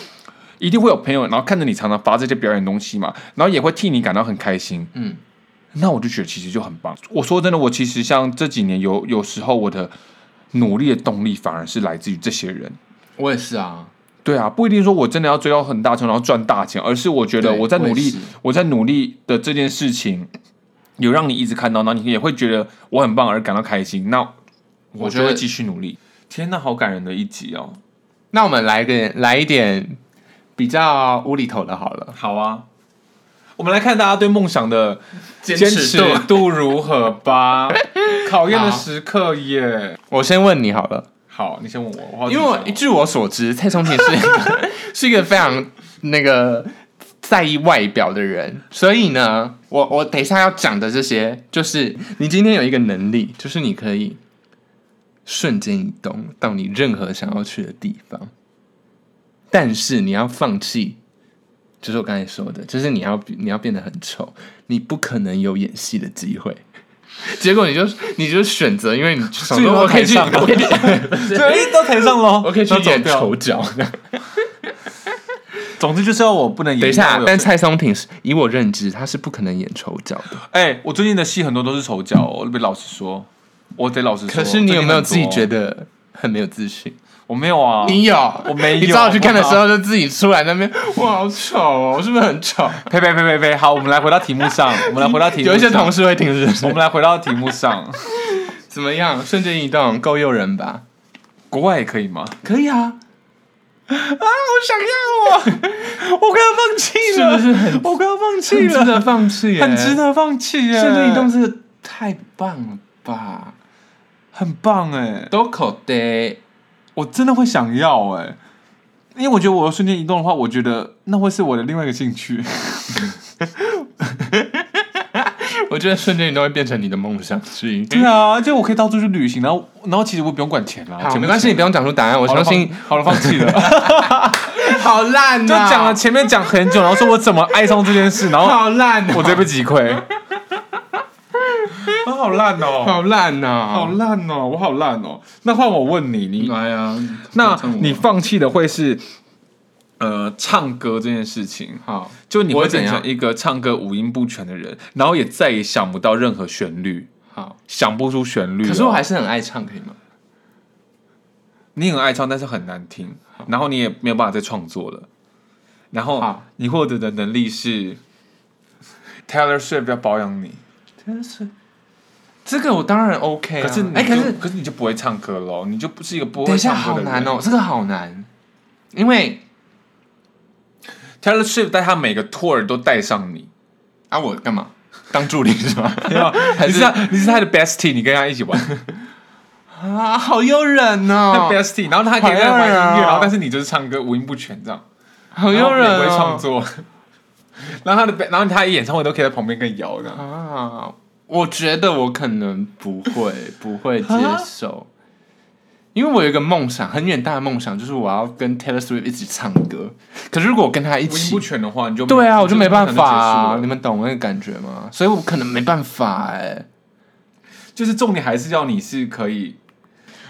[SPEAKER 1] 一定会有朋友，然后看着你常常发这些表演东西嘛，然后也会替你感到很开心。
[SPEAKER 2] 嗯，
[SPEAKER 1] 那我就觉得其实就很棒。我说真的，我其实像这几年有有时候我的努力的动力反而是来自于这些人。
[SPEAKER 2] 我也是啊，
[SPEAKER 1] 对啊，不一定说我真的要追到很大成，然后赚大钱，而是我觉得
[SPEAKER 2] 对
[SPEAKER 1] 我在努
[SPEAKER 2] 我也
[SPEAKER 1] 力
[SPEAKER 2] 是，
[SPEAKER 1] 我在努力的这件事情，有让你一直看到，然后你也会觉得我很棒而感到开心。那我
[SPEAKER 2] 我
[SPEAKER 1] 就
[SPEAKER 2] 觉
[SPEAKER 1] 会
[SPEAKER 2] 得
[SPEAKER 1] 继续努力。天呐，好感人的一集哦！
[SPEAKER 2] 那我们来个来一点比较无厘头的好了，
[SPEAKER 1] 好啊，我们来看大家对梦想的
[SPEAKER 2] 坚
[SPEAKER 1] 坚
[SPEAKER 2] 持
[SPEAKER 1] 持
[SPEAKER 2] 度
[SPEAKER 1] 度如何吧。考验的
[SPEAKER 2] 好
[SPEAKER 1] 时刻耶！
[SPEAKER 2] 我先问你好了。
[SPEAKER 1] 好，你先问我，我好
[SPEAKER 2] 因为
[SPEAKER 1] 紧
[SPEAKER 2] 我
[SPEAKER 1] 张哦
[SPEAKER 2] 据我所知，蔡松田是一 个是一个非常那个在意外表的人，所以呢，我我等一下要讲的这些，就是你今天有一个能力，就是你可以瞬间移动到你任何想要去的地方，但是你要放弃。就是我刚才说的，就是你要你要变得很丑，你不可能有演戏的机会。结果你就你就选择，因为你想
[SPEAKER 1] 最
[SPEAKER 2] 说
[SPEAKER 1] 后
[SPEAKER 2] 我可以去，
[SPEAKER 1] 台上
[SPEAKER 2] 我可以去，
[SPEAKER 1] 对，都抬上喽，
[SPEAKER 2] 我可以去
[SPEAKER 1] 那走
[SPEAKER 2] 演
[SPEAKER 1] 掉
[SPEAKER 2] 丑角。
[SPEAKER 1] 总之就是要我不能演。
[SPEAKER 2] 等一下
[SPEAKER 1] 我，有
[SPEAKER 2] 但蔡松挺是以我认知，他是不可能演丑角的。
[SPEAKER 1] 哎、我最近的戏很多都是丑角，哦我得老实说，我得老实说。
[SPEAKER 2] 可是你有没有自己觉
[SPEAKER 1] 得？
[SPEAKER 2] 得很没有自信？
[SPEAKER 1] 我没有啊，
[SPEAKER 2] 你有，
[SPEAKER 1] 我没有
[SPEAKER 2] 你知哦道我去看的时候就自己出来那边，我好丑哦，我是不是很丑？
[SPEAKER 1] 呸呸呸呸呸！好，我们来回到题目上，我们来回到题目上。
[SPEAKER 2] 有一些同，事会听是不是
[SPEAKER 1] 我们来回到题目上，
[SPEAKER 2] 怎么样？瞬间移动够诱人吧？
[SPEAKER 1] 国外也可以吗？
[SPEAKER 2] 可以啊，
[SPEAKER 1] 啊，我想要我，我快要放弃了，
[SPEAKER 2] 是不是很
[SPEAKER 1] 我快要放弃
[SPEAKER 2] 很值
[SPEAKER 1] 了，
[SPEAKER 2] 得放啊弃耶，
[SPEAKER 1] 很值。得放弃耶！
[SPEAKER 2] 瞬间移动真的太棒了吧？
[SPEAKER 1] 很棒哎，
[SPEAKER 2] 都口袋
[SPEAKER 1] 我真的会想要哎，因为我觉得我瞬间移动的话，我觉得那会是我的另外一个兴趣。
[SPEAKER 2] 我觉得瞬间移动会变成你的梦想之一。
[SPEAKER 1] 对啊，就我可以到处去旅行，然后然后其实我不用管钱啦，啊
[SPEAKER 2] 好，
[SPEAKER 1] 钱
[SPEAKER 2] 没关系，你不用讲出答案，我
[SPEAKER 1] 我
[SPEAKER 2] 相信。
[SPEAKER 1] 好了，放弃了。
[SPEAKER 2] 好烂
[SPEAKER 1] 就讲了前面讲很久，然后说我怎么爱上这件事，然后
[SPEAKER 2] 好烂哦，
[SPEAKER 1] 我这被击溃。我 好烂哦，
[SPEAKER 2] 好烂呐，
[SPEAKER 1] 好烂哦，我好烂哦。那换我问你，你
[SPEAKER 2] 哎呀，
[SPEAKER 1] 那
[SPEAKER 2] 看我
[SPEAKER 1] 你放弃的会是呃唱歌这件事情，
[SPEAKER 2] 好，
[SPEAKER 1] 就你
[SPEAKER 2] 我
[SPEAKER 1] 会
[SPEAKER 2] 会怎
[SPEAKER 1] 变成
[SPEAKER 2] 样
[SPEAKER 1] 一个唱歌五音不全的人，然后也再也想不到任何旋律，
[SPEAKER 2] 好，
[SPEAKER 1] 想不出旋律哦。
[SPEAKER 2] 可是我还是很爱唱，可以吗？
[SPEAKER 1] 你很爱唱，但是很难听，然后你也没有办法再创作了。然后
[SPEAKER 2] 好
[SPEAKER 1] 你获得的能力是 Taylor Swift 要保养你，
[SPEAKER 2] 真是，这个我当然 OK 啊。
[SPEAKER 1] 可是你
[SPEAKER 2] 哎，
[SPEAKER 1] 就
[SPEAKER 2] 可是
[SPEAKER 1] 可是你就不会唱歌喽，你就不是一个不
[SPEAKER 2] 等
[SPEAKER 1] 会
[SPEAKER 2] 一下，
[SPEAKER 1] 唱歌
[SPEAKER 2] 好
[SPEAKER 1] 的人。
[SPEAKER 2] 难哦，这个好难，因为
[SPEAKER 1] Taylor Swift 在他每个 tour 都带上 你，
[SPEAKER 2] 啊，我干嘛当助理是哦吧？还
[SPEAKER 1] 你是他你是他的 bestie，你跟他一起玩，
[SPEAKER 2] 啊，好诱人
[SPEAKER 1] 他
[SPEAKER 2] 哦，
[SPEAKER 1] bestie，然后他可以在
[SPEAKER 2] 好
[SPEAKER 1] 玩
[SPEAKER 2] 诱
[SPEAKER 1] 音
[SPEAKER 2] 人哦
[SPEAKER 1] 乐，然后但是你就是唱歌五音不全这样，
[SPEAKER 2] 好
[SPEAKER 1] 然后
[SPEAKER 2] 诱人
[SPEAKER 1] 也不会创
[SPEAKER 2] 哦
[SPEAKER 1] 作。 然后他的，然后他演唱会都可以在旁边跟摇这样。
[SPEAKER 2] 啊！我觉得我可能不会， 不会接受，因为我有一个梦想，很远大的梦想，就是我要跟 Taylor Swift 一起唱歌。可是如果我跟他一
[SPEAKER 1] 五音不
[SPEAKER 2] 起，
[SPEAKER 1] 全的话，你就
[SPEAKER 2] 对啊，我
[SPEAKER 1] 你
[SPEAKER 2] 就没办
[SPEAKER 1] 可能
[SPEAKER 2] 法、
[SPEAKER 1] 结束
[SPEAKER 2] 啊
[SPEAKER 1] 了，
[SPEAKER 2] 你们懂那个感觉吗？所以我可能没办法哎、
[SPEAKER 1] 就是重点还是要你是可以，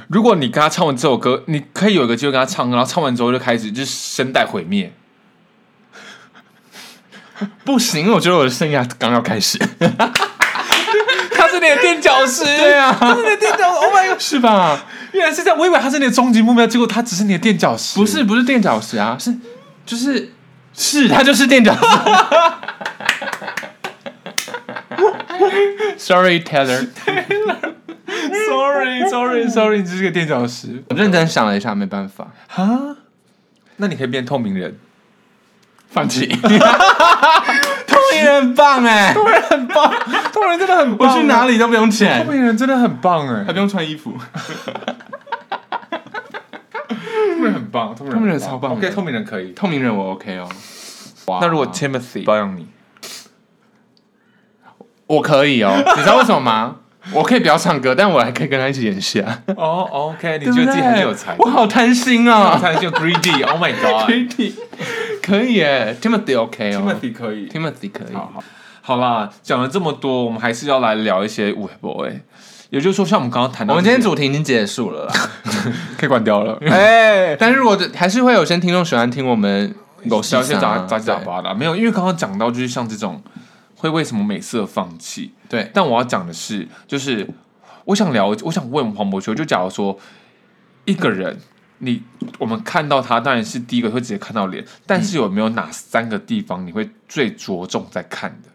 [SPEAKER 1] 如果你跟他唱完这首歌，你可以有一个机会跟他唱，然后唱完之后就开始就是声带毁灭。
[SPEAKER 2] 不行，我觉得我的生涯刚要开始。
[SPEAKER 1] 他是你的垫脚石， 对 啊，他是你的垫脚石。Oh my god，
[SPEAKER 2] 是吧？
[SPEAKER 1] 原来是这样，我以为他是你的终极目标，结果他只是你的垫脚石。
[SPEAKER 2] 不是，不是垫脚石啊，是就是是，他就是垫脚石。Sorry, Taylor。
[SPEAKER 1] ，sorry，sorry，sorry，你只是个垫脚石
[SPEAKER 2] 我认真想了一下，没办法，
[SPEAKER 1] 啊。那你可以变透明人，
[SPEAKER 2] 放弃。 透明人很棒哎、
[SPEAKER 1] 透明人真的很
[SPEAKER 2] 我
[SPEAKER 1] 棒，啊
[SPEAKER 2] 去哪
[SPEAKER 1] 里？
[SPEAKER 2] 里都不用
[SPEAKER 1] 透
[SPEAKER 2] 钱，
[SPEAKER 1] 明人真的很棒 哎，
[SPEAKER 2] 还不用穿衣服。
[SPEAKER 1] 透明人很棒，透明
[SPEAKER 2] 透明人
[SPEAKER 1] 很
[SPEAKER 2] 超棒的
[SPEAKER 1] OK，透明人可以。
[SPEAKER 2] 透明人我 OK 哦。哇
[SPEAKER 1] 那如果 Timothy 包养你，
[SPEAKER 2] 我可以哦，你知道为什么吗？我可以不要唱歌，但我还可以跟他一起演戏啊。
[SPEAKER 1] 哦，OK，你觉得自己很有才，
[SPEAKER 2] 我好贪心啊、
[SPEAKER 1] 才就 greedy，Oh my
[SPEAKER 2] t i m o t h y 可以耶，Timothy OK 哦
[SPEAKER 1] god，Timothy 可以。
[SPEAKER 2] ，Timothy 可以。
[SPEAKER 1] 好好好啦，讲了这么多，我们还是要来聊一些微博哎，也就是说，像我们刚刚谈到
[SPEAKER 2] 我
[SPEAKER 1] 这
[SPEAKER 2] 们
[SPEAKER 1] 些，
[SPEAKER 2] 今天主题已经结束了啦，
[SPEAKER 1] 可以关掉了。
[SPEAKER 2] 哎，但是如果还是会有些听众喜欢听我们狗
[SPEAKER 1] 聊一些杂杂七杂
[SPEAKER 2] 吧。
[SPEAKER 1] 八的啊，没有，因为刚刚讲到就是像这种会为什么美色放弃，
[SPEAKER 2] 对，
[SPEAKER 1] 但我要讲的是，就是我想聊，我想问黄伯秋，就假如说一个人，你我们看到他，当然是第一个会直接看到脸，但是有没有哪三个地方你会最着重在看的？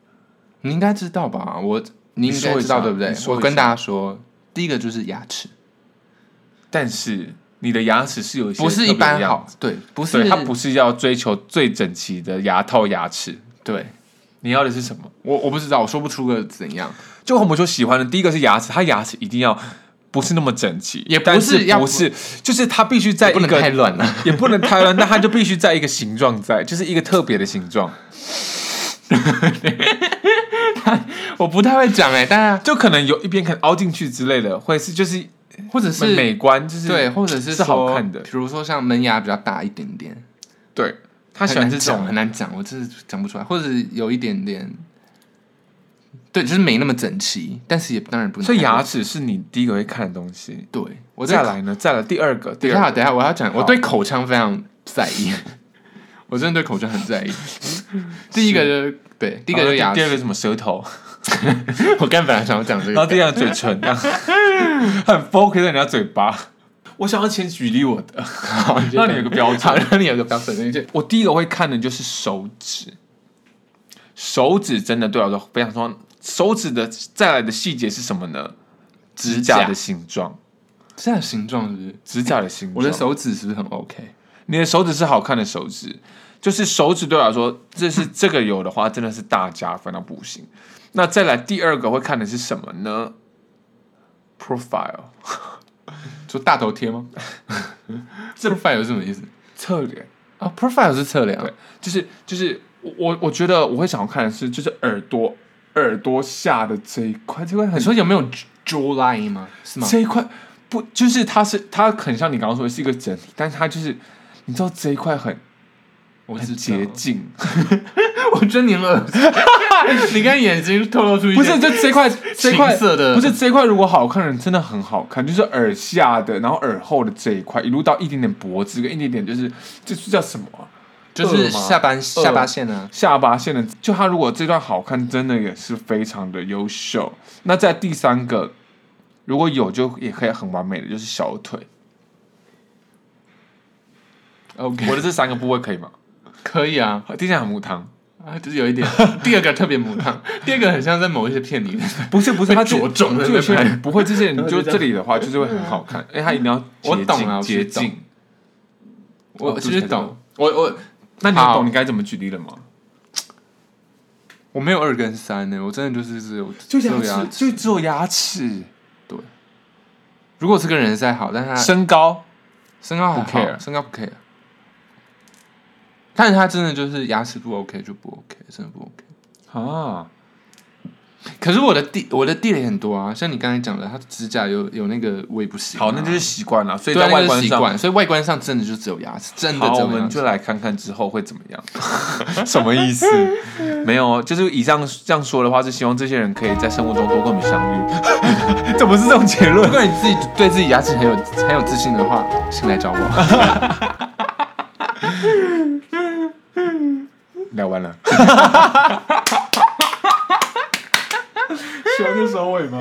[SPEAKER 2] 你应该知道吧？我你应该
[SPEAKER 1] 说一
[SPEAKER 2] 知道
[SPEAKER 1] 下
[SPEAKER 2] 对不对
[SPEAKER 1] 你？说
[SPEAKER 2] 我
[SPEAKER 1] 一
[SPEAKER 2] 跟
[SPEAKER 1] 下
[SPEAKER 2] 大家说，第一个就是牙齿，
[SPEAKER 1] 但是你的牙齿是有一些
[SPEAKER 2] 不是一
[SPEAKER 1] 特别
[SPEAKER 2] 般
[SPEAKER 1] 的
[SPEAKER 2] 好
[SPEAKER 1] 样子，，
[SPEAKER 2] 对，不是
[SPEAKER 1] 对，他不是要追求最整齐的牙套牙齿，
[SPEAKER 2] 对
[SPEAKER 1] 你要的是什么？
[SPEAKER 2] 我我不知道，我说不出个怎样，
[SPEAKER 1] 就我们就喜欢的第一个是牙齿，它牙齿一定要不是那么整齐，
[SPEAKER 2] 也不
[SPEAKER 1] 但
[SPEAKER 2] 是
[SPEAKER 1] 是
[SPEAKER 2] 要
[SPEAKER 1] 不是，就是它必须在
[SPEAKER 2] 也
[SPEAKER 1] 一
[SPEAKER 2] 不
[SPEAKER 1] 个
[SPEAKER 2] 能太乱了。啊
[SPEAKER 1] 也不能太乱，但它就必须在一个形状在，就是一个特别的形状，
[SPEAKER 2] 我不太会讲哎、但是
[SPEAKER 1] 就可能有一边可能凹进去之类的，或者是就是
[SPEAKER 2] 或者
[SPEAKER 1] 美美
[SPEAKER 2] 是
[SPEAKER 1] 观，就是
[SPEAKER 2] 对，或者
[SPEAKER 1] 是
[SPEAKER 2] 是
[SPEAKER 1] 好
[SPEAKER 2] 说
[SPEAKER 1] 看的
[SPEAKER 2] 比如说像门牙比较大一点点，
[SPEAKER 1] 对。他喜欢这
[SPEAKER 2] 很难讲很
[SPEAKER 1] 种，
[SPEAKER 2] 难讲，我真是讲不出来，或者是有一点点，对，就是没那么整齐，但是也当然不能
[SPEAKER 1] 所
[SPEAKER 2] 太乱，
[SPEAKER 1] 以牙齿是你第一个会看的东西。
[SPEAKER 2] 对我
[SPEAKER 1] 我
[SPEAKER 2] 再
[SPEAKER 1] 再
[SPEAKER 2] 来。
[SPEAKER 1] 来呢，再来第二个，
[SPEAKER 2] 等
[SPEAKER 1] 第
[SPEAKER 2] 一
[SPEAKER 1] 二
[SPEAKER 2] 下，
[SPEAKER 1] 个
[SPEAKER 2] 等一下，我要讲，我对口腔非常在意。我真的对口腔很 在意。第一个就是对，第一个就是牙
[SPEAKER 1] 第二
[SPEAKER 2] 齿。
[SPEAKER 1] 个什么舌头，
[SPEAKER 2] 我刚本来想要讲这
[SPEAKER 1] 然后第
[SPEAKER 2] 个，
[SPEAKER 1] 二个嘴唇，这样 很 focus 在你的嘴巴。我想要先举例我的，
[SPEAKER 2] 好
[SPEAKER 1] 让你有个标
[SPEAKER 2] 好
[SPEAKER 1] 准。
[SPEAKER 2] 让你 有个标准的意见。
[SPEAKER 1] 我第一个会看的就是手指，手指真的对我来说非常重要。手指的再来的细节是什么呢？指甲的形状，
[SPEAKER 2] 这样形状是不是？
[SPEAKER 1] 指甲的形状。
[SPEAKER 2] 我的，手指是不是很 OK？
[SPEAKER 1] 你的手指是好看的手指，就是手指对我来说，这是这个有的话真的是大加分到不行。那再来第二个会看的是什么呢？profile
[SPEAKER 2] 就大头贴吗？ 这 profile 是什么意思
[SPEAKER 1] 侧脸，
[SPEAKER 2] 啊？profile 是测量
[SPEAKER 1] 对，就是就是我我我觉得我会想要看的是就是耳朵耳朵下的这一块，这块很
[SPEAKER 2] 你说有没有 jaw line 吗？是吗？
[SPEAKER 1] 这一块不就是它是它很像你刚刚说的是一个整体，但是它就是你知道这一块很
[SPEAKER 2] 我
[SPEAKER 1] 很
[SPEAKER 2] 是
[SPEAKER 1] 洁，净，
[SPEAKER 2] 我觉得你很恶心，你看眼睛透露出一
[SPEAKER 1] 不是
[SPEAKER 2] 些
[SPEAKER 1] 就这块这块
[SPEAKER 2] 情色的
[SPEAKER 1] 不是这块如果好看的人真的很好看，就是耳下的，然后耳后的这一块，一路到一点点脖子跟一点点就是这是叫什么啊、
[SPEAKER 2] 就是
[SPEAKER 1] 二吗
[SPEAKER 2] 下半下巴
[SPEAKER 1] 二
[SPEAKER 2] 线啊。
[SPEAKER 1] 下巴线的，就他如果这段好看，真的也是非常的优秀。那在第三个，如果有就也可以很完美的，就是小腿。
[SPEAKER 2] OK，
[SPEAKER 1] 我的这三个部位可以吗？
[SPEAKER 2] 可以啊，
[SPEAKER 1] 哦听起来很母汤，
[SPEAKER 2] 啊，就是有一点。第二个特别母汤，第二个很像在某一些片里面。
[SPEAKER 1] 不是不是，
[SPEAKER 2] 被
[SPEAKER 1] 他 就
[SPEAKER 2] 着重了
[SPEAKER 1] 就有些
[SPEAKER 2] 对不
[SPEAKER 1] 人不会，这些人就这里的话就是会很好看，因哎为他一定要
[SPEAKER 2] 我
[SPEAKER 1] 洁
[SPEAKER 2] 懂啊
[SPEAKER 1] 净
[SPEAKER 2] 我
[SPEAKER 1] 洁
[SPEAKER 2] 懂
[SPEAKER 1] 净。
[SPEAKER 2] 我
[SPEAKER 1] 哦
[SPEAKER 2] 其实
[SPEAKER 1] 对
[SPEAKER 2] 懂，我我
[SPEAKER 1] 那你
[SPEAKER 2] 好
[SPEAKER 1] 懂你该怎么举例了吗？
[SPEAKER 2] 我没有二跟三欸呢，我真的就是只有
[SPEAKER 1] 就
[SPEAKER 2] 只有
[SPEAKER 1] 牙
[SPEAKER 2] 牙
[SPEAKER 1] 齿，就只有牙齿，
[SPEAKER 2] 对，如果这个人再好，但是他
[SPEAKER 1] 身高
[SPEAKER 2] 身高还
[SPEAKER 1] 不
[SPEAKER 2] 好，
[SPEAKER 1] care
[SPEAKER 2] 身高不 care，但是他真的就是牙齿不 OK 就不 OK，真的不 OK。
[SPEAKER 1] 啊，
[SPEAKER 2] 可是我的地我的地雷很多啊，像你刚才讲的，他指甲有有那个我也不行啊、
[SPEAKER 1] 好，那就是习惯了，所以
[SPEAKER 2] 对啊
[SPEAKER 1] 在
[SPEAKER 2] 那
[SPEAKER 1] 外
[SPEAKER 2] 就是
[SPEAKER 1] 观
[SPEAKER 2] 习
[SPEAKER 1] 上
[SPEAKER 2] 惯，所以外观上真的就只有牙齿，真的
[SPEAKER 1] 好，
[SPEAKER 2] 只
[SPEAKER 1] 我
[SPEAKER 2] 有牙
[SPEAKER 1] 们
[SPEAKER 2] 齿。
[SPEAKER 1] 就来看看之后会怎么样。 什么意思？没有，哦就是以上这样说的话，是希望这些人可以在生活中多跟我们相遇。怎么是这种结论
[SPEAKER 2] 如？果你自己对自己牙齿很有很有自信的话，请来找我。
[SPEAKER 1] 聊完了。喜欢这收尾吗？